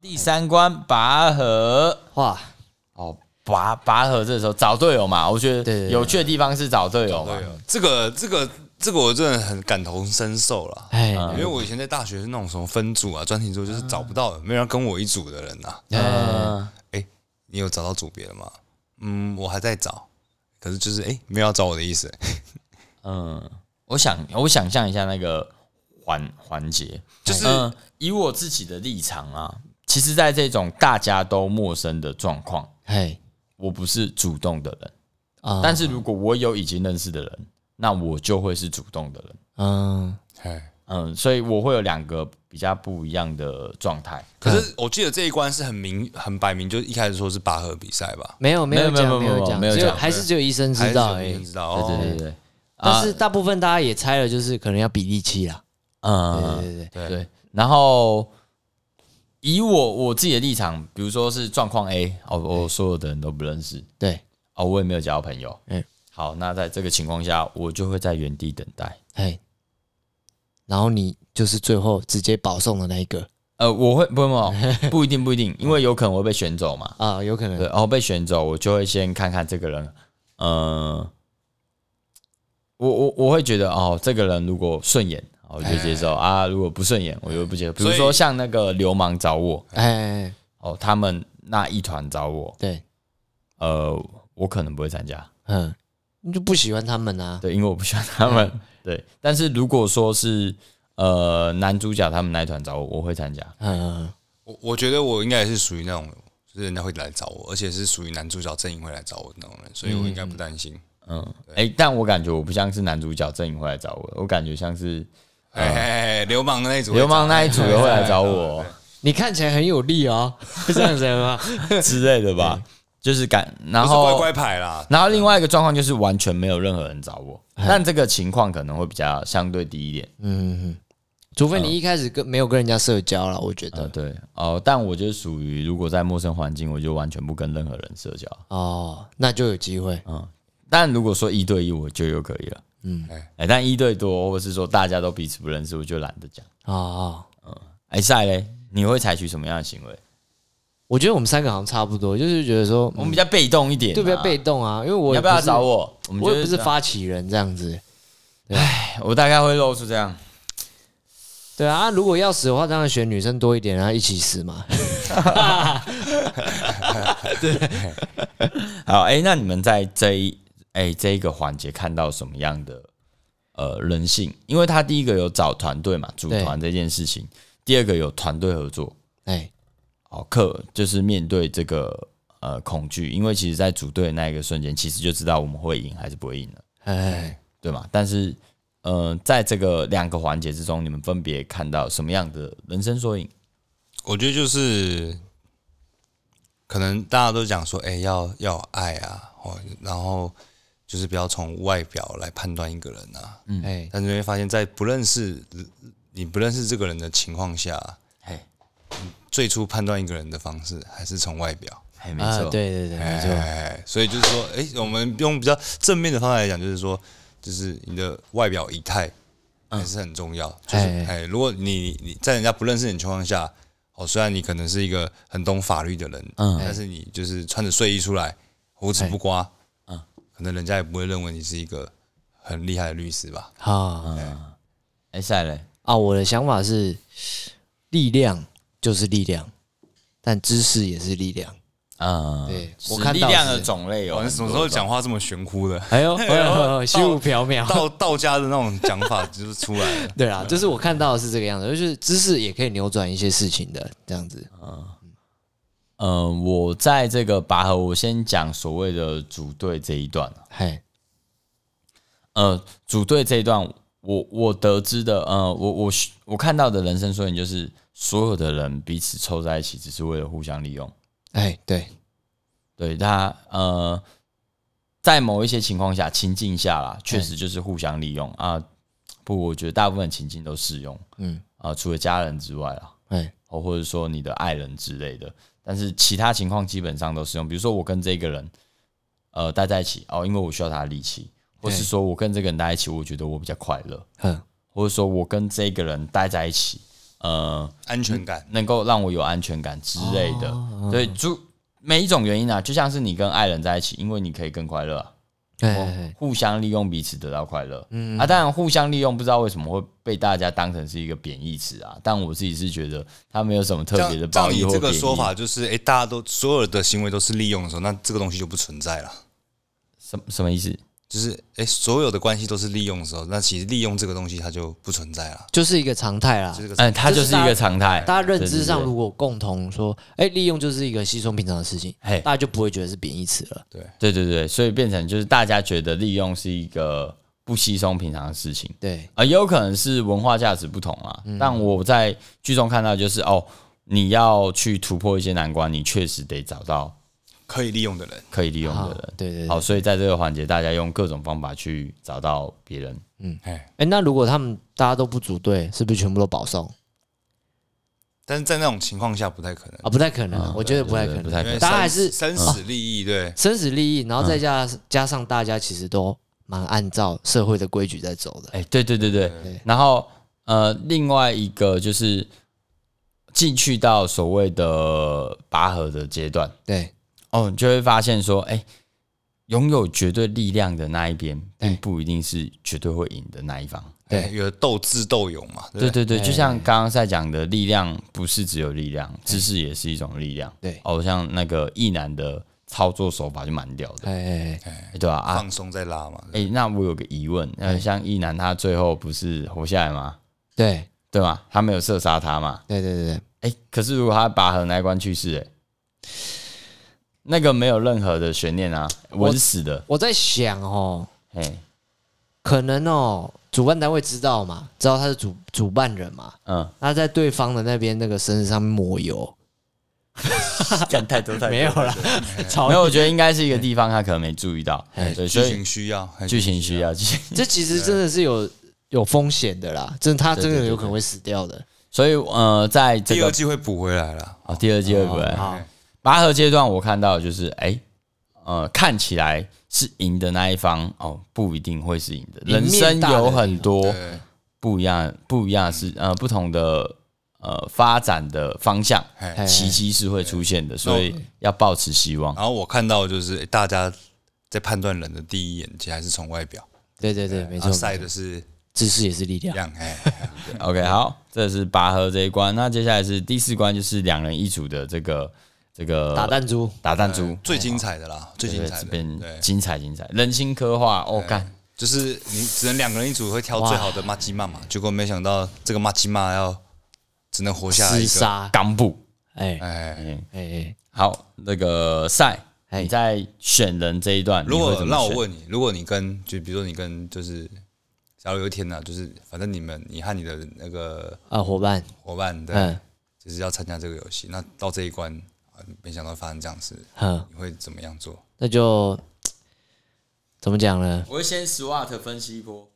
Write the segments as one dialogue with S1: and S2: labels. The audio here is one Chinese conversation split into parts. S1: 第三关拔河，
S2: 哇，
S1: 哦，拔拔河这时候找队友嘛，我觉
S2: 对对
S1: 得
S2: 对
S1: 有趣的地方是找队友嘛
S3: 对。啊，这个这个这个我真的很感同身受了。
S2: 哎，
S1: 嗯
S3: 因为我以前在大学是那种什么分组啊、专题组，就是找不到没有人跟我一组的人呐、啊。
S1: 嗯，
S3: 哎、你有找到组别了吗？嗯，我还在找，可是就是哎、没有要找我的意
S1: 哎
S3: 思。
S1: 嗯，我想我想象一下那个环环节，
S3: 就是
S1: 嗯以我自己的立场啊，其实，在这种大家都陌生的状况，
S2: 哎，
S1: 我不是主动的人，
S2: 啊，
S1: 但是如果我有已经认识的人，那我就会是主动的人。
S2: 嗯，
S3: 哎，
S1: 嗯，所以我会有两个比较不一样的状态。
S3: 可是我记得这一关是很明很摆明，就是一开始说是拔河比赛吧，
S2: 没有没有
S1: 没有
S2: 讲
S1: 没有没有
S2: 讲，
S1: 没有
S2: 只有
S1: 讲
S2: 还是只有医生
S3: 还
S2: 知
S3: 是
S2: 道
S3: 有
S2: 而
S3: 人
S2: 已。
S3: 知道
S1: 哎对
S3: 哦。
S1: 对对对，
S2: 但是大部分大家也猜了，就是可能要比力气啦。
S1: 嗯，
S2: 对对对，
S1: 对，然后以我我自己的立场，比如说是状况 A，哦，
S3: 哎
S1: 我所有的人都不认识，
S2: 对，
S1: 哦，我也没有交到朋友，
S2: 嗯
S3: 哎
S1: 嗯，好，那在这个情况下，我就会在原地等待，
S2: 哎，然后你就是最后直接保送的那一个
S1: 呃，我会不不不 不一定不一定，因为有可能会被选走嘛，
S2: 啊，有可能
S3: 嗯
S1: 对，然后被选走，我就会先看看这个人，呃，我我我会觉得哦，这个人如果顺眼。哦我就接受啊，如果不顺眼，我就不接受。比如
S3: 哎所以
S1: 说像那个流氓找我，
S2: 哎哎，哎
S1: 哦，他们那一团找我，
S2: 对，
S1: 呃，我可能不会参加，
S2: 嗯，你就不喜欢他们啊？
S1: 对，因为我不喜欢他 们。对，但是如果说是呃男主角他们那一团找我，我会参加。
S2: 嗯，
S3: 我我觉得我应该也是属于那种，就是人家会来找我，而且是属于男主角阵营会来找我的那种人，所以我应该不担心。
S1: 嗯，哎、但我感觉我不像是男主角阵营会来找我，我感觉像是
S3: 哎、哎哎流氓的那一组会
S1: 嗯
S3: 找
S1: 流
S3: 我，
S1: 氓那一组的会来找 我
S2: 你看起来很有力哦， 是这样子吗？
S1: 之类的吧，就是感。然
S3: 不是
S1: 后
S3: 乖乖牌啦，
S1: 然后另外一个状况就是完全没有任何人找我，
S3: 嗯
S1: 但这个情况可能会比较相对低一点。
S2: 嗯，除非你一开始跟没有跟人家社交了，我觉
S1: 呃，
S2: 得
S1: 对，哦、但我就是属于如果在陌生环境，我就完全不跟任何人社交。
S2: 哦，那就有机会。
S1: 但如果说一对一，我就又可以了。嗯，哎、但一对多，或是说大家都彼此不认识，我就懒得讲。
S2: 哦，
S1: 哎、赛嘞，你会采取什么样的行为？
S2: 我觉得我们三个好像差不多，就是觉得说，
S1: 我们比较被动一点、啊，
S2: 嗯对不对？被动啊，因为我
S1: 你
S2: 也
S1: 要不要
S2: 是
S1: 找？我？我们
S2: 我也
S1: 就哎
S2: 不是，发起人这样子。
S1: 我大概会露出这样。
S2: 对啊，啊如果要死的话，当然选女生多一点，然后一起死嘛。
S1: 好，哎、那你们在这一哎、这一个环节看到什么样的呃人性？因为他第一个有找团队嘛，组
S2: 对
S1: 团这件事情；第二个有团队合作，
S2: 哎，
S1: 哦，克就是面对这个呃恐惧，因为其实，在组队的那一个瞬间，其实就知道我们会赢还是不会赢了，
S2: 哎，
S1: 对吗？但是，呃，在这个两个环节之中，你们分别看到什么样的人生缩影？
S3: 我觉得就是，可能大家都讲说，哎、要要有爱啊，哦，然后就是不要从外表来判断一个人啊。嗯，
S2: 哎，
S3: 但是你会发现，在不认识你不认识这个人的情况下，
S1: 嘿，
S3: 最初判断一个人的方式还是从外表。
S1: 嘿，没
S2: 啊
S1: 错，，
S2: 对对对，没错，
S3: 哎，所以就是说，哎、我们用比较正面的方法来讲，就是说，就是你的外表仪态还是很重要。就是，
S2: 哎
S3: 嗯哎、如果你你在人家不认识你的情况下，哦，虽然你可能是一个很懂法律的人，
S1: 嗯
S3: 嗯，但是你就是穿着睡衣出来，胡子不刮，
S1: 嗯
S3: 嗯，可能人家也不会认为你是一个很厉害的律师吧。
S2: 好
S1: 嗯哎，赛嘞，
S2: 啊，我的想法是，力量就是力量，但知识也是力量。
S1: 嗯，
S2: 对
S1: 实
S2: 我看
S1: 力
S2: 到
S1: 量
S2: 是
S1: 的种类有哦
S3: 哇，
S1: 很
S3: 哦你
S1: 多
S3: 什么时候
S1: 种
S3: 讲话这么玄乎的？
S2: 哎呦，哎呦哎呦虚无缥缈。
S3: 道道家的那种讲法就是出来了
S2: 。对啊，就是我看到的是这个样子，就是知识也可以扭转一些事情的这样子。
S1: 呃，我在这个拔河，我先讲所谓的组队这一段啊
S2: 嘿，
S1: 呃，组队这一段，我我得知的，呃，我我我看到的人生缩影就是，所有的人彼此凑在一起，只是为了互相利用。
S2: 哎，对，
S1: 对他，呃，在某一些情况下，情境下啦，确实就是互相利用啊。不，我觉得大部分情境都适用
S2: 嗯，
S1: 啊、除了家人之外啦，
S2: 哎，
S1: 哦，或者说你的爱人之类的。但是其他情况基本上都适用，比如说我跟这个人，呃，待在一起哦，因为我需要他的力气，或是
S2: 对
S1: 说我跟这个人待在一起，我觉得我比较快乐。
S2: 哼，
S1: 或者说我跟这个人待在一起，呃
S3: 安全感，
S1: 能够让我有安全感之类的。对，就每一种原因啊，就像是你跟爱人在一起，因为你可以更快乐、啊，
S2: 哎哎，哎
S1: 互相利用彼此得到快乐。嗯啊，当然互相利用不知道为什么会被大家当成是一个贬义词啊，但我自己是觉得它没有什么特别的
S3: 照照
S1: 褒义
S3: 你
S1: 或
S3: 这
S1: 贬
S3: 个
S1: 义。
S3: 说法，就是哎、诶大家都所有的行为都是利用的时候，那这个东西就不存在了。
S1: 什么什么意思？
S3: 就是哎、诶所有的关系都是利用的时候，那其实利用这个东西它就不存在了。
S2: 就是一个常态啦
S3: 就。是个
S1: 嗯，它就是一个常态。
S2: 大家认知上
S1: 对对对
S2: 如果共同说，哎，利用就是一个稀松平常的事情，
S1: 嘿
S2: 大家就不会觉得是贬义词了。
S3: 对，
S1: 对对对，所以变成就是大家觉得利用是一个不稀松平常的事情
S2: 对，
S1: 啊、呃也有可能是文化价值不同啊。但我在剧中看到就是哦，你要去突破一些难关，你确实得找到
S3: 可以利用的人，
S1: 可以利用的
S2: 好
S1: 人。
S2: 对啊对对。
S1: 好，所以在这个环节，大家用各种方法去找到别人。
S3: 哎、
S2: 哎，那如果他们大家都不组队，是不是全部都保
S1: 啊
S2: 送
S3: 但是在那种情况下不太可能，
S2: 啊？不太可能啊，我觉得不太可
S1: 对对对不
S2: 能。
S1: 太可
S3: 因为
S1: 能。
S2: 大家
S3: 生
S2: 还是
S3: 生
S1: 嗯
S3: 死利益，对，
S2: 生死利益，然后再加加上大家其实都蛮按照社会的规矩在走的。
S1: 哎、对对对对。然后呃，另外一个就是进去到所谓的拔河的阶段，
S2: 对，
S1: 哦，你就会发现说，哎、拥有绝对力量的那一边，
S2: 对
S1: 并不一定是绝对会赢的那一方。
S2: 对
S3: 哎有的斗智斗勇嘛，对
S1: 对
S3: 不对，
S1: 对对，就像刚刚在讲的，力量不是只有力量，知识也是一种力量。
S2: 对
S1: 哦，像那个意男的操作手法就蛮屌的，
S2: 哎哎哎，
S1: 对吧、啊？
S3: 放松再拉嘛，
S1: 哎、那我有个疑问，那像意男他最后不是活下来吗？
S2: 对
S1: 对吗？他没有射杀他嘛？
S2: 对对对对，
S1: 哎、可是如果他拔河那一关去世、哎，那个没有任何的悬念啊，我是死的，
S2: 我在想哦，
S1: 哎、
S2: 可能哦，主办单位知道嘛，知道他是主主办人嘛，
S1: 嗯。
S2: 他在对方的那边那个身子上面抹 油，
S1: 干太多太
S2: 没有啦，
S1: 没有，我觉得应该是一个地方他可能没注意到，
S3: 哎
S1: 对，
S3: 剧
S1: 所以
S3: 情需要，哎
S1: 剧情需要剧情，
S2: 这其实真的是有有风险的啦，真的他真的有可能会死掉的。
S1: 所以呃，在这
S3: 第二
S1: 个
S3: 季会补回来了。
S1: 哦第二季会不会
S2: 好，
S1: 拔河阶段，我看到就是哎呃，看起来是赢的那一方哦，不一定会是赢的，
S2: 赢
S1: 人
S2: 面
S1: 生
S2: 大的
S1: 有很多
S3: 对，
S1: 不一样不一样的是呃不同的呃发展的方向，
S3: 哎
S1: 奇迹是会出现的，所以要抱持希望。
S3: 然后我看到就是哎大家在判断人的第一眼，其实还是从外表，
S2: 对对对，没错
S3: 啊，晒的是
S2: 知识也是力量。
S3: 样，哎，
S1: OK，好，这是拔河这一关。那接下来是第四关，就是两人一组的这个这个
S2: 打弹珠，
S1: 打弹珠，
S3: 最精彩的啦，最
S1: 对
S3: 精
S1: 对，
S3: 彩
S1: 这
S3: 的，对
S1: 边。精彩精彩，人心刻画。哦，干，
S3: 就是你只能两个人一组会挑最好的马吉玛嘛，结果没想到这个马吉玛要只能活下来一
S2: 厮
S3: 个，
S2: 杀，
S1: 冈布。
S2: 哎哎
S3: 哎，
S2: 哎，
S1: 好，那个赛，
S2: 哎
S1: 你在选人这一段，
S3: 如
S1: 你会
S3: 果
S1: 怎么
S3: 让我
S1: 选，
S3: 问你，如果你跟就比如说你跟就是，假如有一天呢、就是反正你们你和你的那个
S2: 啊，伙伴，
S3: 伙伴对，
S2: 嗯
S3: 就是要参加这个游戏，那到这一关，啊没想到发生这样的事，
S2: 哼，
S3: 你会怎么样做？
S2: 那就怎么讲呢？
S1: 我会先 SWOT 分析一波。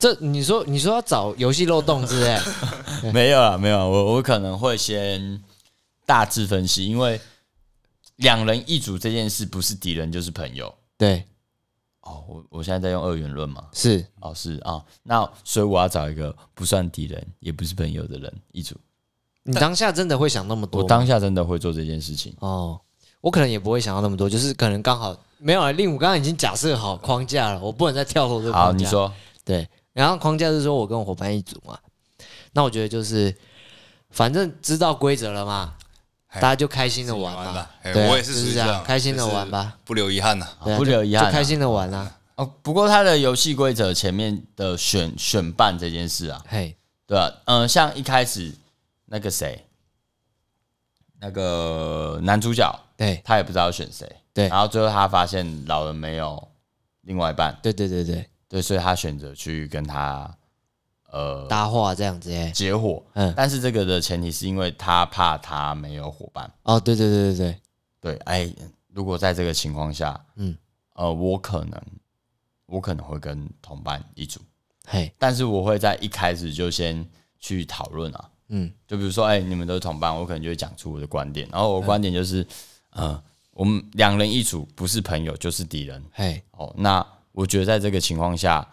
S2: 这你说你说要找游戏漏洞是不 是？
S1: 没有啊，没有啊，我我可能会先大致分析，因为两人一组这件事不是敌人就是朋友。
S2: 对，
S1: 哦，我我现在在用二元论嘛，
S2: 是
S1: 哦，是啊、那所以我要找一个不算敌人也不是朋友的人一组。
S2: 你当下真的会想那么多
S1: 我
S2: 吗？
S1: 当下真的会做这件事情。
S2: 哦，我可能也不会想到那么多，就是可能刚好没有啊。令武刚刚已经假设好框架了，我不能再跳脱这个框
S1: 好，
S2: 架。
S1: 你说，
S2: 对，然后框架是说我跟我伙伴一组嘛，那我觉得就是反正知道规则了嘛，
S3: 嘿
S2: 大家就开心的
S3: 自己
S2: 玩
S3: 玩
S2: 嘛
S3: 吧。嘿
S2: 对啊
S3: 我也是
S2: 就
S3: 属于
S2: 是
S3: 这样
S2: 开心的玩吧，
S3: 不留遗憾呐、
S2: 对啊
S1: 不留遗憾啊
S2: 就开心的玩啊。
S1: 哦，不过他的游戏规则前面的选选办这件事啊，
S2: 嘿，
S1: 对吧、嗯、像一开始那个谁，那个男主角，
S2: 对
S1: 他也不知道选谁，
S2: 对
S1: 然后最后他发现老人没有另外一半，
S2: 对对对对，
S1: 对，所以他选择去跟他呃
S2: 搭话这样子哎、
S1: 结伙。
S2: 嗯，
S1: 但是这个的前提是因为他怕他没有伙伴，
S2: 哦，对对对对对，
S1: 对，哎，如果在这个情况下，
S2: 嗯
S1: 嗯，呃，我可能我可能会跟同伴一组，
S2: 嘿，
S1: 但是我会在一开始就先去讨论啊，
S2: 嗯，
S1: 就比如说，哎、你们都是同伴，我可能就会讲出我的观点，然后我的观点就是，呃，我们两人一组，不是朋友就是敌人。
S2: 嘿，
S1: 哦，那我觉得在这个情况下，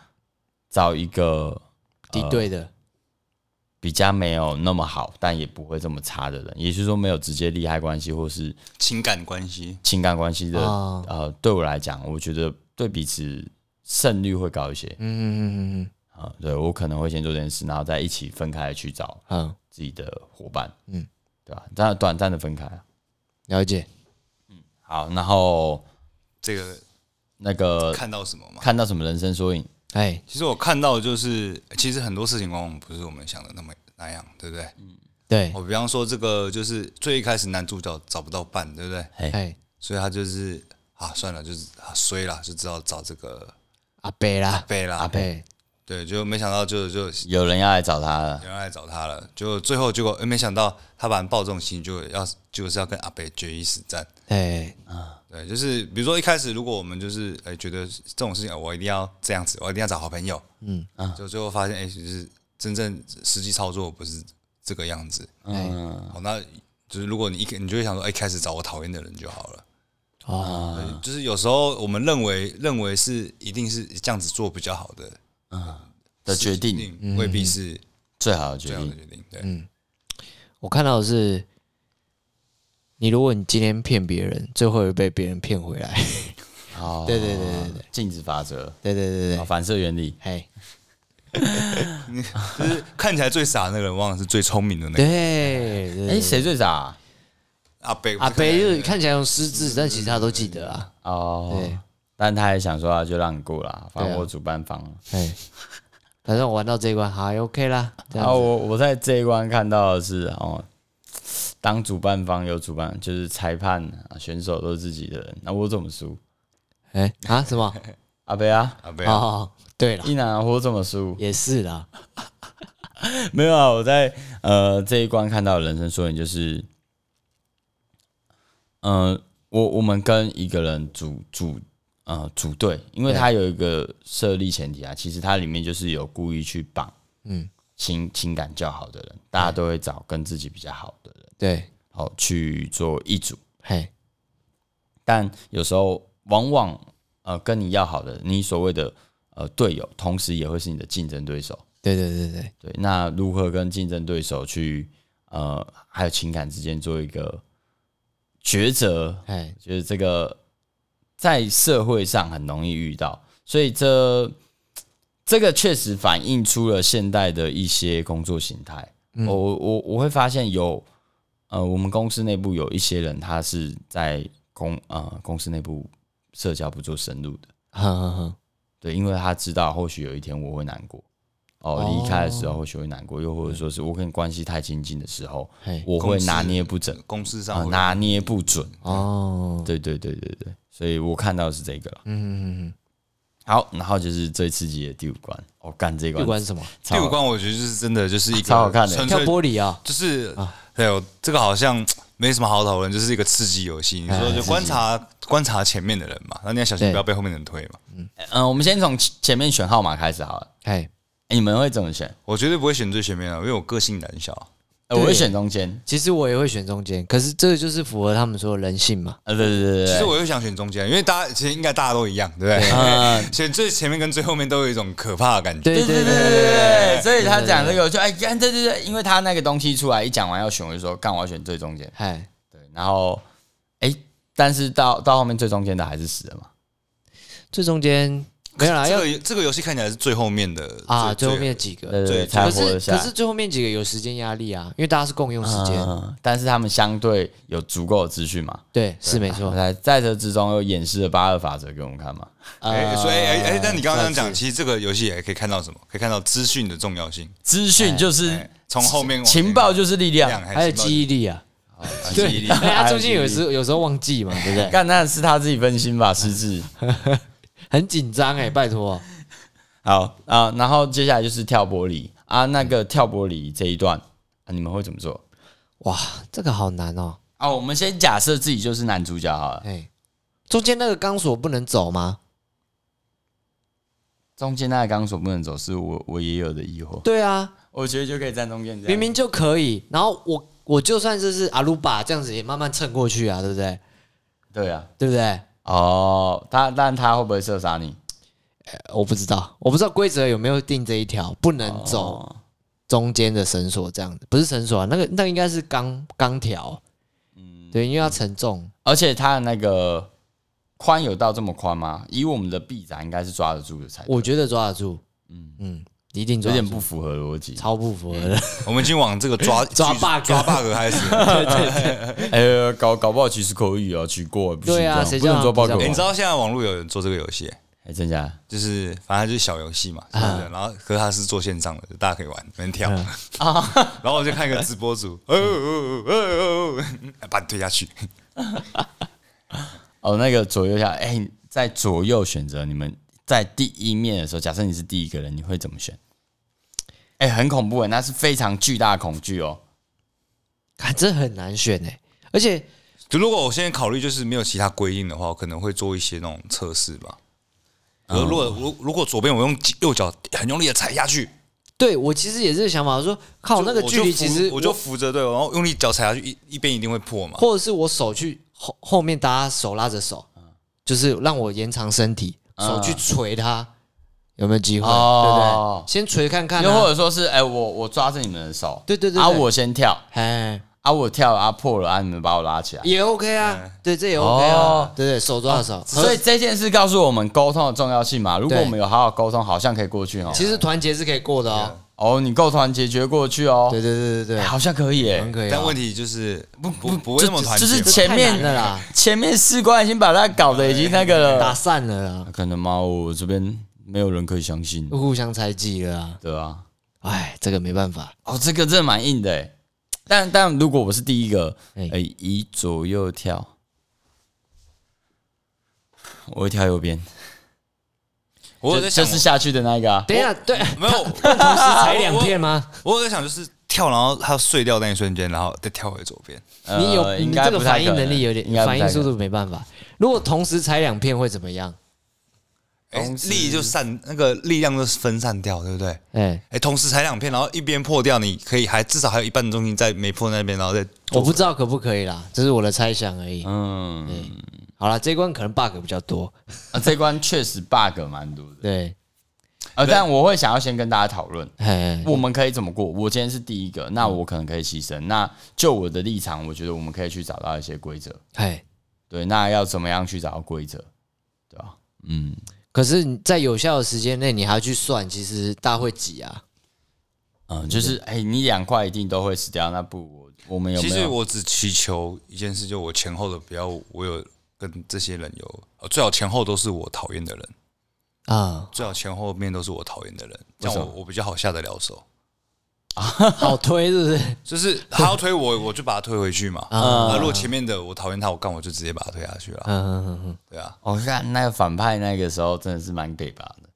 S1: 找一个
S2: 敌对的，
S1: 比较没有那么好，但也不会这么差的人，也就是说没有直接利害关系或是
S3: 情感关系，
S1: 情感关系的，
S2: 啊
S1: 呃，对我来讲，我觉得对彼此胜率会高一些
S2: 嗯嗯嗯
S1: 啊、对我可能会先做这件事，然后再一起分开的去找
S2: 嗯，好，
S1: 自己的伙伴，
S2: 嗯
S1: 嗯，对吧、但短暂的分开啊。
S2: 了解。
S1: 好，然后
S3: 这个
S1: 那个
S3: 看到什么吗？
S1: 看到什么人生缩影？
S2: 哎，
S3: 其实我看到的就是，其实很多事情往往不是我们想的那么那样，对不对？哦
S2: 对，
S3: 我比方说这个就是最一开始男主角找不到伴，对不对？
S2: 哎，
S3: 所以他就是啊，算了，就是啊衰了，就只好找这个
S2: 阿北啦，
S3: 贝啦。
S2: 阿北，
S3: 对，就没想到就就有
S1: 有人要来找他了，
S3: 人来找他了，就最后结果、诶没想到他把人抱重心，就要就是要跟阿北决一死战。
S2: 哎，
S3: 对，就是比如说一开始，如果我们就是哎、觉得这种事情，呃我一定要这样子，我一定要找好朋友，嗯，就最后发现哎、就是真正实际操作不是这个样子，
S2: 哎
S1: 哎
S3: 嗯，
S1: 啊
S3: 好，那就是如果你一开你就会想说，哎、开始找我讨厌的人就好了，
S2: 哦，
S3: 对就是有时候我们认为认为是一定是这样子做比较好的
S1: 的决
S3: 一
S1: 定
S3: 定未
S2: 嗯
S3: 必是
S1: 最好的
S3: 这
S1: 决
S3: 样的
S1: 定，
S3: 决定，对，
S2: 我看到的是，你如果你今天骗别人，最后会被别人骗回来。
S1: 哦，
S2: 对对对对对，
S1: 镜子法则，
S2: 对对对
S1: 哦
S2: 对，
S1: 反射原理，
S2: 哎，
S3: 就是看起来最傻的那个人，往往是最聪明的那个
S2: 对对
S1: 哎，
S2: 对，
S1: 谁最傻啊？
S3: 阿北，
S2: 阿北就是看起来用失智，但其实他都记得啊。
S1: 哦
S2: 对，
S1: 但他也想说啊，就让你过啦，反
S2: 对
S1: 正
S2: 啊
S1: 我主办方。
S2: 哎，反正我玩到这一关还 OK 啦，这
S1: 然
S2: 样
S1: 后啊
S2: 子。
S1: 我我在这一关看到的是哦，当主办方有主办，就是裁判、啊、选手都是自己的人，那我怎么输？
S2: 哎啊什么？
S1: 阿贝啊，
S3: 阿北啊，
S2: 哦，对了，
S1: 一男我怎么输？
S2: 也是啦。
S1: 没有啊，我在呃这一关看到的人生缩影就是，嗯、我我们跟一个人组组呃组队，因为
S2: 对
S1: 他有一个设立前提啊，其实它里面就是有故意去绑
S2: 嗯，
S1: 情情感较好的人，大家都会找跟自己比较好的人，
S2: 对，
S1: 好去做一组。
S2: 嘿，
S1: 但有时候往往呃跟你要好的，你所谓的呃队友，同时也会是你的竞争对手。
S2: 对对对对，
S1: 对，那如何跟竞争对手去呃，还有情感之间做一个抉择，
S2: 哎，
S1: 就是这个在社会上很容易遇到，所以这这个确实反映出了现代的一些工作形态。我我我我会发现有呃，我们公司内部有一些人，他是在公呃公司内部社交不做深入的，
S2: 哼哼哼，
S1: 对，因为他知道或许有一天我会难过。哦，离开的时候或许会难过，又或者说是我跟你关系太亲近的时候，
S2: 嘿，
S1: 我会拿捏不准，
S3: 公司上
S1: 啊，
S3: 会
S1: 拿捏不准，
S2: 哦，
S1: 对对对对对，所以我看到的是这个了。
S2: 嗯，嗯嗯
S1: 好，然后就是最刺激的第五关，哦，干这一
S2: 嗯，不
S1: 关，
S2: 管什么，
S1: 超
S3: 第五关，我觉得就是真的就是一个
S1: 超好看的
S3: 纯
S2: 跳
S3: 粹
S2: 玻璃啊，
S3: 就是对我这个好像没什么好讨论，就是一个刺激游戏。你说就观察观察前面的人嘛，那你要小心
S2: 对
S3: 不要被后面的人推嘛。
S1: 嗯、我们先从前前面选号码开始好了。
S2: 哎，
S1: 哎你们会怎么选？
S3: 我绝对不会选最前面的，啊因为我个性胆小。啊
S1: 呃、
S2: 对
S1: 我会选中间。
S2: 其实我也会选中间，可是这个就是符合他们说的人性嘛。
S1: 呃，对对对对
S3: 其
S1: 对，
S3: 实我又想选中间，因为大家其实应该大家都一样，对不
S1: 嗯
S3: 对？其实最前面跟最后面都有一种可怕的感觉。
S2: 对对
S1: 对对
S2: 对
S1: 对对对，所以他讲这个，我就哎干，对对对，因为他那个东西出来一讲完要选，我就说干，我要选最中间。
S2: 哎，
S1: 对，然后哎，但是到到后面最中间的还是死了嘛。
S2: 最中 间没有啦，
S3: 这
S2: 要
S3: 个这个游戏看起来是最后面的
S2: 啊，最后面几个，
S1: 对对对，
S3: 最
S1: 才
S2: 可
S1: 活
S2: 是
S1: 得下
S2: 可
S1: 来。
S2: 是最后面几个有时间压力啊，因为大家是共用时
S3: 啊
S2: 间，
S1: 嗯，但是他们相对有足够的资讯嘛。
S2: 对，是没
S1: 我
S2: 错。
S1: 在在这之中又演示了八二法则给我们看嘛。
S2: 啊
S3: 哎，所以哎哎，那你刚刚这样
S2: 呃算
S3: 讲，
S2: 是
S3: 其实这个游戏也可以看到什么？可以看到资讯的重要性，
S1: 资讯就是
S3: 哎从后面往前
S1: 情报就是力量，
S3: 看
S2: 还有
S3: 情报
S2: 记忆力啊，
S3: 啊记忆
S2: 对，
S3: 力
S2: 哎他中间有时有时候忘记嘛，对不 对？
S1: 干那是他自己分心吧，失智。
S2: 很紧张哎，拜托，
S1: 好啊、然后接下来就是跳玻璃啊，那个跳玻璃这一段啊，你们会怎么做？
S2: 哇，这个好难哦。
S1: 啊，我们先假设自己就是男主角好了，
S2: 哎，中间那个钢索不能走吗？
S1: 中间那个钢索不能走，是我我也有的疑惑。
S2: 对啊，
S1: 我觉得就可以站中
S3: 啊
S1: 间这样，
S2: 明明就可以。然后我我就算就是阿鲁巴这样子也慢慢蹭过去啊，对不对？
S1: 对啊，
S2: 对不对？
S1: 哦，他但他会不会射杀你？哦
S2: 呃我不知道，我不知道规则有没有定这一条，不能走中间的绳索这样子，不是绳索啊，那个那个应该是钢钢条，嗯，对，因为要承重，
S1: 而且它的那个宽有到这么宽吗？以我们的臂展应该是抓得住的才对，
S2: 我觉得抓得住，嗯嗯，一定
S1: 有
S2: 抓得
S1: 点
S2: 住，
S1: 不符合逻辑。
S2: 超不符合的，
S3: 我们已经往这个抓
S2: 抓 bug
S3: 抓 bug 开始了。
S1: 哎、搞搞不好其实可以啊，取过不行
S2: 对啊
S1: 这样
S2: 谁
S1: 不能
S2: 叫
S1: 做报
S2: 不
S1: 告？
S2: 叫
S3: 哎你知道现在网络有人做这个游戏，
S1: 哎，真假？
S3: 就是反正就是小游戏嘛，就是这样然后可是它是做线上的，大家可以玩，能跳啊。然后我就看一个直播主，哦哦哦哦哦，把你推下去。
S1: 哦，那个左右下，哎、在左右选择，你们在第一面的时候，假设你是第一个人，你会怎么选？哎、很恐怖哎，那是非常巨大的恐惧哦。
S2: 看这很难选哎，而且
S3: 就如果我现在考虑就是没有其他规定的话，我可能会做一些那种测试吧。如如果如如果左边我用右脚很用力的踩下去，
S2: 对我其实也是想法，我说靠
S3: 就
S2: 那个
S3: 我
S2: 距
S3: 就
S2: 离
S3: 扶
S2: 其实
S3: 我就扶着对，然后用力脚踩下去，一一边一定会破嘛。
S2: 或者是我手去后后面，大家手拉着手，就是让我延长身体，手去捶它，有没有机会？
S1: 哦
S2: 对不对？先捶看看、
S1: 又或
S2: 啊。
S1: 者说是，哎、我我抓着你们的手，
S2: 对对对对
S1: 啊，我先跳，
S2: 哎，
S1: 啊，我跳了啊破了啊，你们把我拉起来。
S2: 也 OK
S3: 嗯
S2: 啊，对，这也 OK 啊
S1: 哦，
S2: 对对，手抓着手。
S1: 所以这件事告诉我们沟通的重要性嘛。如果
S2: 呃对
S1: 我们有好好沟通，好像可以过去哦。
S2: 其实团结是可以过的
S3: 嗯
S2: 哦。
S1: 哦，你够团结，绝过去哦。
S2: 对对对对
S1: 哎
S2: 对，
S1: 好像可以耶。
S2: 很可以啊。
S3: 但问题就是不不不会那么团结
S1: 就
S3: 嘛，
S1: 是前
S2: 太
S1: 面
S2: 难了啦，
S1: 前面士官已经把他搞得已经那个
S2: 打
S1: 了。
S2: 散了啦，
S1: 可能吗？我这边没有人可以相信，
S2: 互相猜忌了啊。
S1: 对啊。
S2: 哎，这个没办法。
S1: 哦，这个真的蛮硬的哎。但但如果我是第一个，
S2: 哎
S1: 哎、以左右跳，我会跳右边，
S3: 我有在
S1: 就
S3: 想
S1: 就，是下去的那一个、啊。
S2: 等一下，对，
S3: 没有，
S2: 同时踩两片吗？
S3: 我有在想就是跳，然后它碎掉那一瞬间，然后再跳回左边。
S1: 呃
S2: 你有
S1: 应
S2: 你
S1: 该
S2: 这
S1: 不
S2: 个
S1: 太
S2: 反
S1: 可
S2: 应
S1: 能
S2: 能力有点
S1: 应该，不太
S2: 反应速
S1: 可能
S2: 度没办法。如果同时踩两片会怎么样？
S3: 哎，
S1: 同时
S3: 力就散，那个力量就分散掉，对不对？
S2: 哎，
S3: 哎，同时踩两片，然后一边破掉，你可以还至少还有一半的重心在没破那边，然后再
S2: 我不知道可不可以啦，这是我的猜想而已。
S1: 嗯，
S2: 好啦，这一关可能 bug 比较多，
S1: 啊，这关确实 bug 蛮多的。
S2: 对，
S1: 呃，但我会想要先跟大家讨论，
S2: 哎，
S1: 我们可以怎么过？我今天是第一个，那
S3: 嗯
S1: 我可能可以牺牲。那就我的立场，我觉得我们可以去找到一些规则。
S2: 哎，
S1: 对，那要怎么样去找到规则？对吧、嗯，
S2: 可是你在有效的时间内，你还要去算，其实大家会挤啊。
S1: 嗯，就是哎、你两块一定都会死掉，那不我我们有
S3: 其
S1: 没
S3: 实
S1: 有？
S3: 我只祈求一件事，就我前后的不要我有跟这些人有，呃最好前后都是我讨厌的人，
S2: 啊，
S3: 最好前后面都是我讨厌的人，这
S1: 为
S3: 样
S1: 什
S3: 我
S1: 么
S3: 我比较好下得了手。
S2: 好推是不是？
S3: 就是他要推我，我就把他推回去嘛。
S2: 啊
S3: 啊，如果前面的我讨厌他，我干我就直接把他推下去了。
S2: 嗯嗯嗯嗯，
S3: 对啊，
S1: 我、看那个反派那个时候真的是蛮给吧的。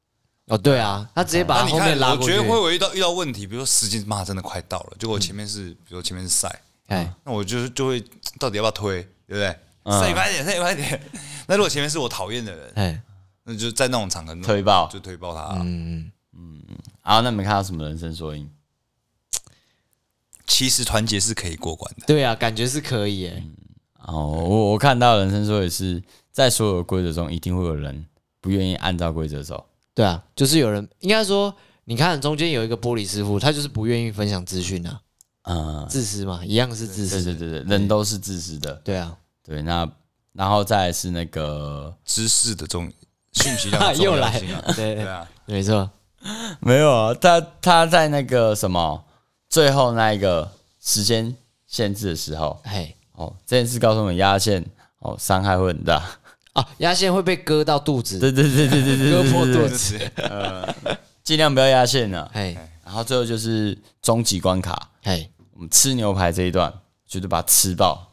S2: 哦对啊，他直接把
S3: 那
S2: 他
S3: 你
S2: 后面
S3: 看，
S2: 拉
S3: 我
S2: 过
S3: 觉
S2: 去
S3: 得。会我遇到遇到问题，比如说时间妈真的快到了，结果我前面是，比如说前面是赛，
S2: 哎，
S3: 那我就是就会到底要不要推，对不对？
S2: 嗯
S3: 赛快一点，赛快一点。那如果前面是我讨厌的人，
S2: 哎，嗯
S3: 那就在那种场合那种
S1: 推爆
S3: 就推爆他啊。
S1: 啊，那你们看到什么人生缩影？
S3: 其实团结是可以过关的。
S2: 对啊，感觉是可以哎。
S1: 哦，我我看到人生缩影是在所有的规则中，一定会有人不愿意按照规则走。
S2: 对啊，就是有人应该说，你看中间有一个玻璃师傅，他就是不愿意分享资讯啊，
S1: 嗯，
S2: 自私嘛，一样是自
S1: 对
S2: 私。
S1: 对对对，人都是自私的。
S2: 对啊，
S1: 对，那然后再来是那个
S3: 知识的重讯息量的 重
S2: 又
S3: 要
S2: 来
S3: 性啊，
S2: 对
S3: 对
S2: 对，
S3: 啊，
S2: 没错。
S1: 没有啊，他他在那个什么最后那一个时间限制的时候，
S2: 哎，
S1: 哦，这件事告诉我们压线哦伤害会很大。
S2: 啊，压线会被割到肚子，
S1: 对对对对对对
S2: 割
S1: 对
S2: 破
S1: 对
S2: 肚
S1: 对，
S2: 子。
S1: 尽量不要压线了。
S2: 哎
S1: 然后最后就是终极关卡，
S2: 哎，
S1: 我们吃牛排这一段绝对把它吃爆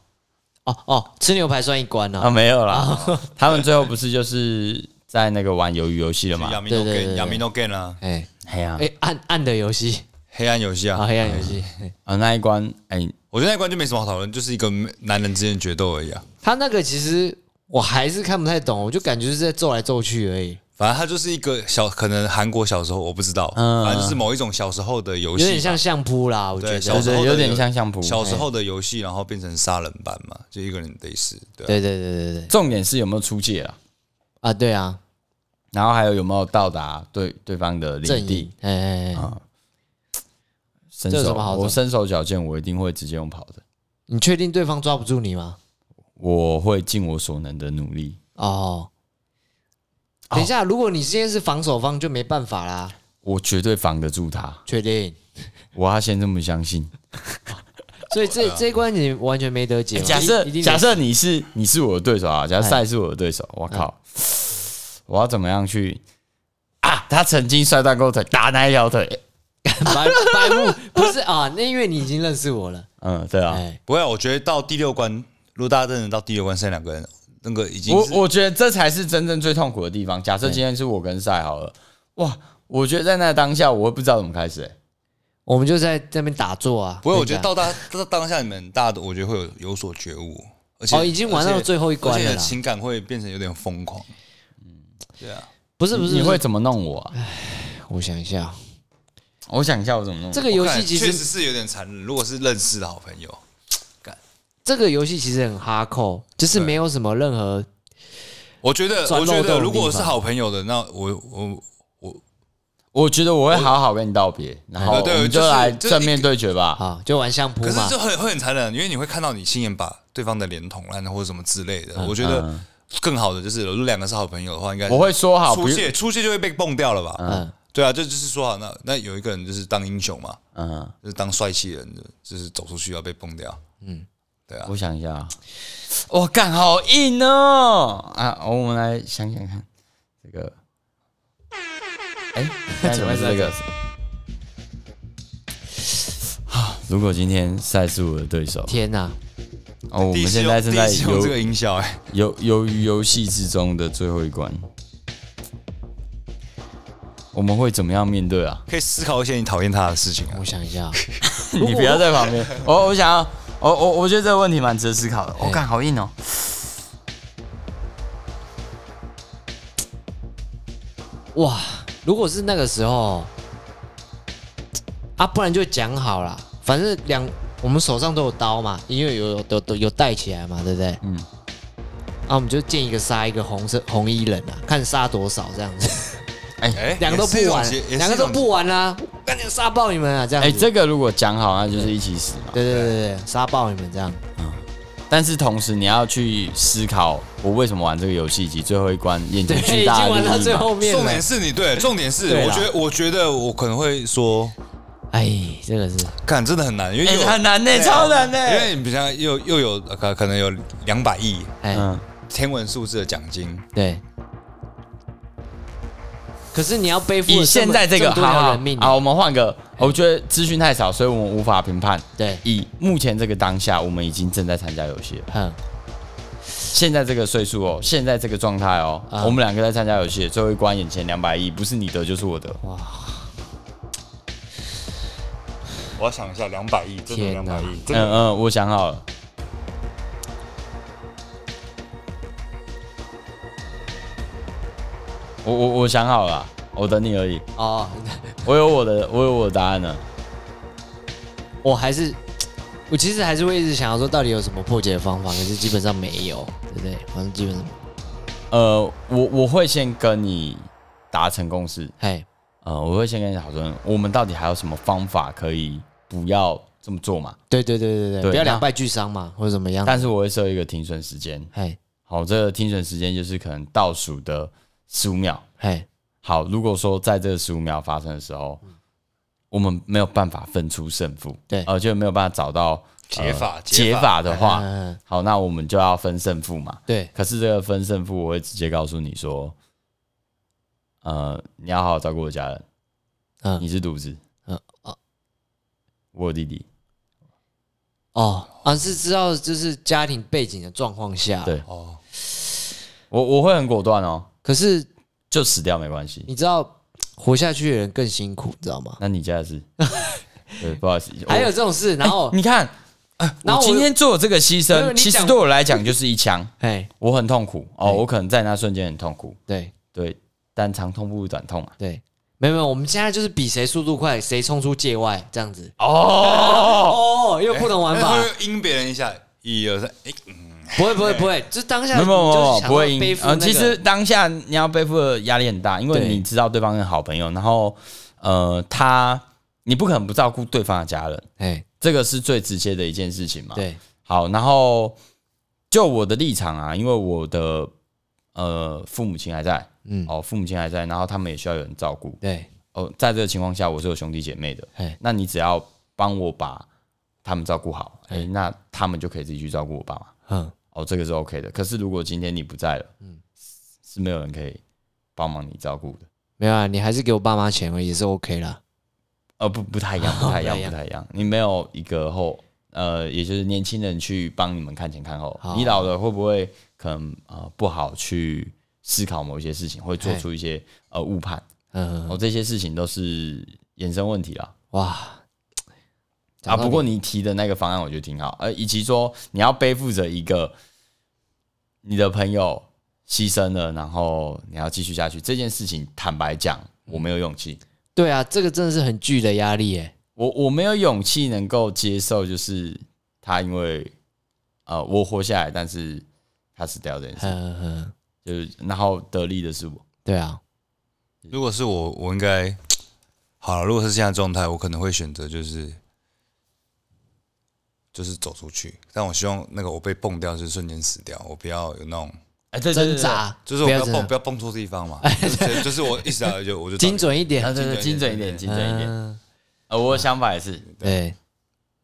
S2: 哦哦，吃牛排算一关
S1: 啊！
S2: 哦。
S1: 没有啦，他们最后不是就是在那个玩鱿鱼游戏了
S3: 亚
S1: 嘛？
S3: 米
S2: 对
S3: 诺
S2: 对对
S3: game，
S2: 对
S3: 亚米诺 game 啊，
S2: 哎
S1: 哎呀，
S2: 哎，暗暗的游戏
S3: 黑暗游戏
S2: 啊，
S3: 啊。
S2: 黑暗游戏。
S1: 啊那一关哎
S3: 我觉得那一关就没什么好讨论，就是一个男人之间的决斗而已啊。
S2: 他那个其实我还是看不太懂，我就感觉是在揍来揍去而已，
S3: 反正它就是一个小，可能韩国小时候我不知道，
S1: 嗯
S3: 反正就是某一种小时候的游
S2: 有
S3: 戏吧，
S2: 点像相扑啦，我觉
S3: 对
S2: 得
S3: 小。时
S1: 对
S3: 候的
S1: 对有点像相扑
S3: 小时候的游戏，然后变成杀人版嘛，就一个人得死，对啊
S2: 对对对对对
S1: 重点是有没有出界啊？
S2: 啊，对啊，
S1: 然后还有有没有到达对对方的领
S2: 阵
S1: 地
S2: 营？
S3: 啊
S2: 哎哎哎，
S1: 啊？伸
S2: 这有
S1: 手
S2: 什么好，找
S1: 我伸手矫健，我一定会直接用跑的，
S2: 你确定对方抓不住你吗？
S1: 我会尽我所能的努力。
S2: 哦，
S3: 哦
S2: 等一下，如果你今天是防守方，就没办法啦。
S1: 我绝对防得住他，
S2: 确定？
S1: 我要先这么相 信。
S2: 所以这
S3: 啊
S2: 这一关你完全没
S3: 哎
S2: 得解嘛。
S1: 假设
S2: 一定得嗯
S1: 假设你是你是我的对手啊，假设赛是我的对手，我靠，我要怎么样去啊？他曾经摔断过腿，打哪一条腿？
S2: 白白目不是啊，那因为你已经认识我了。
S1: 嗯，对啊，
S2: 哎，
S3: 不会啊，我觉得到第六关，如果大家真的到第六关剩两个人，那个已经
S1: 我
S3: 是
S1: 我觉得这才是真正最痛苦的地方。假设今天是我跟赛好了，哇，我觉得在那当下我会不知道怎么开始、欸。
S2: 我们就在那边打坐啊。
S3: 不会，
S2: 跟
S3: 我
S2: 你
S3: 觉得
S2: 讲
S3: 到大到当下你们大家都，我觉得会有有所觉悟，而且
S2: 哦已经玩到
S3: 而且
S2: 最后一关了啦
S3: 而且你的情感会变成有点疯狂。对啊，
S2: 不是不是，
S1: 你
S2: 不
S1: 会
S2: 是
S1: 怎么弄我、啊？
S2: 我想一下，
S1: 我想一下我怎么弄。
S2: 这个游
S3: 我看
S2: 戏其
S3: 确
S2: 实
S3: 实是有点残忍。如果是认识的好朋友，
S2: 这个游戏其实很哈扣，就是没有什么任何
S3: 我觉得
S2: 钻
S3: 我
S2: 漏
S3: 觉
S2: 洞的
S3: 得如果
S2: 地
S3: 是
S2: 方
S3: 好朋友的，那我我我
S1: 我觉得我会好好跟你道别，
S2: 哎
S1: 然后
S3: 对对
S1: 我们就
S3: 就是
S1: 来
S3: 就是
S1: 正面对决吧。
S2: 啊，就玩相扑
S3: 可是
S2: 嘛。
S3: 就很会很残忍，因为你会看到你亲眼把对方的脸捅烂或者什么之类的。我觉得更好的就是，如果两个是好朋友的话，应该
S1: 我会说好，不
S3: 出
S1: 用
S3: 界，出界就会被蹦掉了吧？
S2: 嗯
S3: 嗯，对啊，这就是说好，那那有一个人就是当英雄嘛，
S1: 嗯，
S3: 就是当帅气人的，就是走出去要被蹦掉。嗯，对啊
S1: 我，想一下啊，哇，干好硬哦！啊，我们来想想看，这个， 哎、怎么是这个？啊如果今天赛是我的对手，
S2: 天哪，
S1: 哦，我
S3: 第一
S1: 们
S3: 次
S1: 现
S3: 用
S1: 在正在
S3: 第一次用这
S1: 游
S3: 个音效，哎，
S1: 游游于游戏之中的最后一关，我们会怎么样面对啊？
S3: 可以思考一些你讨厌他的事情啊
S2: 我。想一下，
S1: 你不要在旁边，哦我我想要，我我我觉得这个问题蛮值得思考的。我、
S2: 哎
S1: 干好硬哦！
S2: 哇，如果是那个时候啊，不然就讲好了，反正两我们手上都有刀嘛，因为有有有有有带起来嘛，对不对？嗯。啊，我们就见一个杀一个红色红衣人啊，看杀多少这样子，
S1: 哎、
S3: 哎，
S2: 两个都不玩
S3: 也是一种，
S2: 两个都，不玩啦、我赶紧杀爆你们啊，这样
S1: 哎、
S2: 子。
S1: 这个如果讲好，那就是一起死嘛。
S2: 对对对对，杀爆你们这样。
S1: 但是同时，你要去思考我为什么玩这个游戏，以及最后一关验证
S2: 对，
S1: 巨
S2: 已经
S1: 大的
S2: 玩
S1: 利
S2: 到
S1: 益
S2: 最
S1: 嘛。
S2: 后
S3: 也
S2: 面
S3: 是一种结重
S2: 了
S3: 点。是你对，重点是，
S2: 对
S3: 我
S2: 啦
S3: 觉得我觉得我可能会说，
S2: 哎，这个是
S3: 看真的很难，因为
S1: 哎、
S3: 又有
S1: 很难呢、
S3: 对啊
S1: 超难欸呢、
S3: 因为你比较又又有呃可可能有两百亿
S2: 哎，
S1: 嗯，
S3: 天文数字的奖金，
S2: 对。可是你要背负
S1: 以
S2: 了
S1: 现
S2: 么
S1: 在这个，
S2: 么多
S1: 好
S2: 条
S1: 好
S2: 人命
S1: 好，我们换个。哦我觉得资讯太少，所以我们无法评判。
S2: 对，
S1: 以目前这个当下，我们已经正在参加游戏了。
S2: 嗯，
S1: 现在这个岁数哦，现在这个状态哦，
S2: 啊
S1: 我们两个在参加游戏，最后一关眼前两百亿，不是你的就是我的。
S3: 我要想一下，两百亿，真的
S2: 天
S3: 两
S2: 哪
S3: 百亿，
S1: 嗯
S3: 真的
S1: 嗯，我想好了，我我我想好了啊，我等你而已。
S2: 哦，
S1: 我有我的，我有我的答案了。
S2: 我还是，我其实还是会一直想要说，到底有什么破解的方法？可是基本上没有，对不对？反正基本上，
S1: 呃，我我会先跟你达成共识，
S2: 哎，
S1: 呃，我会先跟你讨论，我们到底还有什么方法可以不要这么做嘛？
S2: 对对对对对，
S1: 对
S2: 不要
S1: 那
S2: 两败俱伤嘛，或者怎么样？
S1: 但是我会设一个停损时间，
S2: 哎
S1: 好，这个停损时间就是可能倒数的十五秒。
S2: 哎，
S1: 好，如果说在这十五秒发生的时候，我们没有办法分出胜负，
S2: 嗯对
S1: 呃，就没有办法找到
S3: 解法
S1: 呃
S3: 解
S1: 解
S3: 法
S1: 法的话，
S2: 嗯嗯嗯
S1: 好，那我们就要分胜负嘛。
S2: 对，
S1: 可是这个分胜负，我会直接告诉你说，呃，你要好好照顾我家人，
S2: 嗯
S1: 你是独子，
S2: 嗯哦
S1: 我有弟弟，
S2: 哦啊，是知道就是家庭背景的状况下，
S1: 对
S3: 哦，
S1: 我我会很果断哦，
S2: 可是
S1: 就死掉没关系。
S2: 你知道活下去的人更辛苦，你知道吗？
S1: 那你家 的事，对，不好意思，
S2: 还有
S1: 我
S2: 这种事，然后
S1: 你看，呃
S2: 然
S1: 我
S2: 后我
S1: 今天做这个牺
S2: 没有
S1: 牲，
S2: 你
S1: 其实
S2: 讲
S1: 对我来讲就是一枪。
S2: 哎，
S1: 我很痛苦哦，
S2: 嗯
S1: 我可能在那瞬间很痛苦，
S2: 对
S1: 对，但长痛不如短痛嘛。啊
S2: 对，没有没有，我们现在就是比谁速度快，谁冲出界外这样子。
S1: 哦，
S2: 哦，又不能玩
S3: 那
S2: 法
S3: 会，
S1: 哎
S3: 不会阴别人一下，一二三，哎，嗯
S2: 不会不会不会，就当下
S1: 哎没有没有没
S2: 就是
S1: 有，
S2: 想
S1: 不
S2: 要
S1: 会赢。
S2: 背
S1: 嗯、
S2: 负那个
S1: 其实当下你要背负的压力很大，因为
S2: 对
S1: 你知道对方是好朋友，然后呃，他你不可能不照顾对方的家人，
S2: 哎，
S1: 这个是最直接的一件事情嘛。，
S2: 对，
S1: 好，然后就我的立场啊，因为我的呃父母亲还在，
S2: 嗯，
S1: 哦，父母亲还在，然后他们也需要有人照顾。
S2: 对，
S1: 哦，在这个情况下，我是有兄弟姐妹的
S2: 哎，
S1: 那你只要帮我把他们照顾好，哎、
S2: 哎
S1: 那他们就可以自己去照顾我爸妈。
S2: 嗯，
S1: 哦，这个是 OK 的。可是如果今天你不在了，嗯，是没有人可以帮忙你照顾的。
S2: 没有啊，你还是给我爸妈钱而已也是 OK 啦。
S1: 呃，不不太一 样，不太一样，
S2: 不太一样
S1: 不太一样。你没有一个后，呃，也就是年轻人去帮你们看前看后
S2: 好，
S1: 你老了会不会可能呃不好去思考某一些事情，会做
S2: 嘿
S1: 出一些呃误判？
S2: 嗯，
S1: 哦，这些事情都是衍生问题啦。
S2: 哇，
S1: 啊，
S2: 讲到
S1: 不过你提的那个方案我觉得挺好，呃，以及说你要背负着一个你的朋友牺牲了，然后你要继续下去这件事情，坦白讲，我没有勇气，
S2: 对啊，这个真的是很巨的压力耶。
S1: 我我没有勇气能够接受，就是他因为呃我活下来，但是他死掉这件事，
S2: 嗯嗯，
S1: 就是然后得利的是我，
S2: 对啊，
S3: 如果是我，我应该好了。如果是现在状态，我可能会选择就是就是走出去。但我希望那个我被蹦掉，就是瞬间死掉，我不要有那种，
S1: 哎，对
S2: 挣，扎
S3: 就是我不要
S2: 挣
S3: 蹦，
S2: 扎
S3: 不要蹦错地方 嘛。就是就是我一直就我就
S2: 精准一
S1: 啊对
S2: 点，
S1: 对对，精准一点，精准一点。
S2: 嗯，
S1: 呃，我的想法也是，
S2: 对，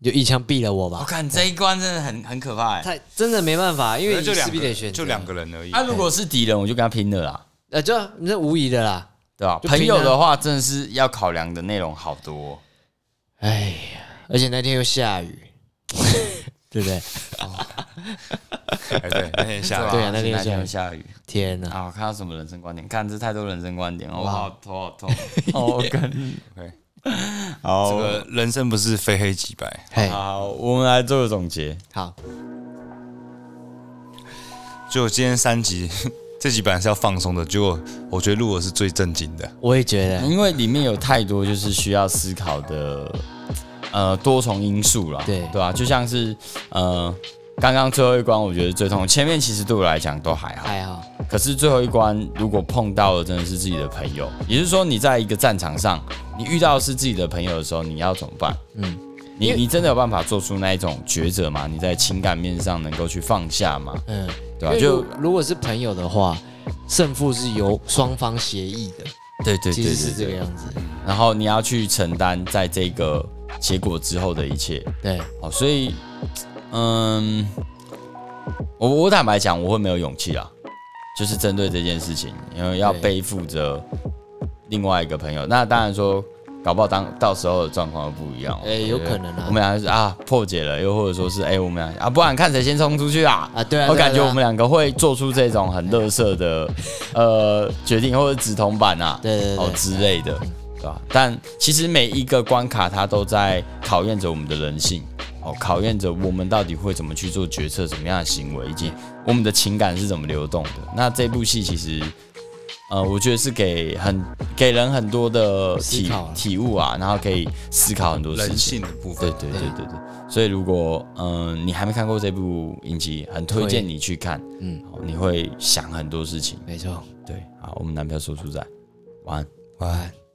S2: 就一枪毙了我
S1: 我
S2: 吧。
S1: 看这一关真的很很可怕哎。
S2: 太真的没办法，因
S3: 因
S2: 为
S3: 为
S2: 你
S3: 就
S2: 势
S3: 两
S2: 必
S3: 个
S2: 得
S3: 人
S2: 选
S3: 就两，个人而已
S1: 啊他。如果是敌人，我就跟他拼了啦，
S2: 呃，就那无疑的啦。
S1: 对吧？
S2: 就拼啊
S1: 朋友的话，真的是要考量的内容好多。
S2: 哎呀，而且那天又下雨， 对不对？
S3: 哎，对，那天下
S1: 吧
S3: 来
S2: 对啊那
S1: 现在
S2: 天下雨
S1: 就下雨
S2: 天哪，
S1: 啊！我看到什么人生观点？看这太多人生观点，哦我好头好痛，哦 我跟你
S3: OK
S1: 好
S3: 这个人生不是非黑即白。
S2: 嘿，
S1: 好，我们来做个总结。
S2: 好，
S3: 就今天三集， 这集本来是要放松的，结果我觉得录的是最正经的。
S2: 我也觉得，
S1: 因为里面有太多就是需要思考的，呃，多重因素啦，
S2: 对
S1: 对吧、就像是呃，刚刚最后一关，我觉得最痛，前面其实对我来讲都还好，
S2: 还好，
S1: 可是最后一关如果碰到的真的是自己的朋友，也就是说你在一个战场上，你遇到的是自己的朋友的时候，你要怎么办？嗯
S2: 嗯。
S1: 你你真的有办法做出那一种抉择吗？你在情感面上能够去放下吗？
S2: 嗯，
S1: 对吧、
S2: 因为
S1: 就
S2: 如如果是朋友的话，胜负是由双方协议的，
S1: 对对
S2: 其
S1: 对
S2: 实
S1: 对
S2: 是这
S1: 对
S2: 个样子。
S1: 然后你要去承担在这个结果之后的一切。
S2: 对，
S1: 哦，所以，嗯，我我坦白讲，我会没有勇气啊，就是针对这件事情，因为要
S2: 对
S1: 背负着另外一个朋友。那当然说，搞不好当到时候的状况会不一样、哦。
S2: 哎有可能啊
S1: 我们俩就是啊破解了，又或者说是哎、我们俩啊，不然看谁先冲出去啊。
S2: 啊，对啊，
S1: 我
S2: 对啊
S1: 感觉
S2: 对啊
S1: 我们两个会做出这种很乐色的 呃决定，或者止痛板啊，
S2: 对对对
S1: 哦之类的，对吧？但其实每一个关卡它都在考验着我们的人性，哦，考验着我们到底会怎么去做决策，怎么样的行为，以及我们的情感是怎么流动的。那这部戏其实。呃，我觉得是给很给人很多的
S2: 思
S1: 体
S2: 考啊
S1: 体悟啊，然后可以思考很多事
S3: 人
S1: 情
S3: 性。的部分
S1: 对，对对对对，所以如果嗯、呃你还没看过这部影集，很推荐你去看，嗯
S2: 嗯，
S1: 你会想很多事情。
S2: 没错，
S1: 对，好，我们男票说书仔，晚安。
S3: 晚安。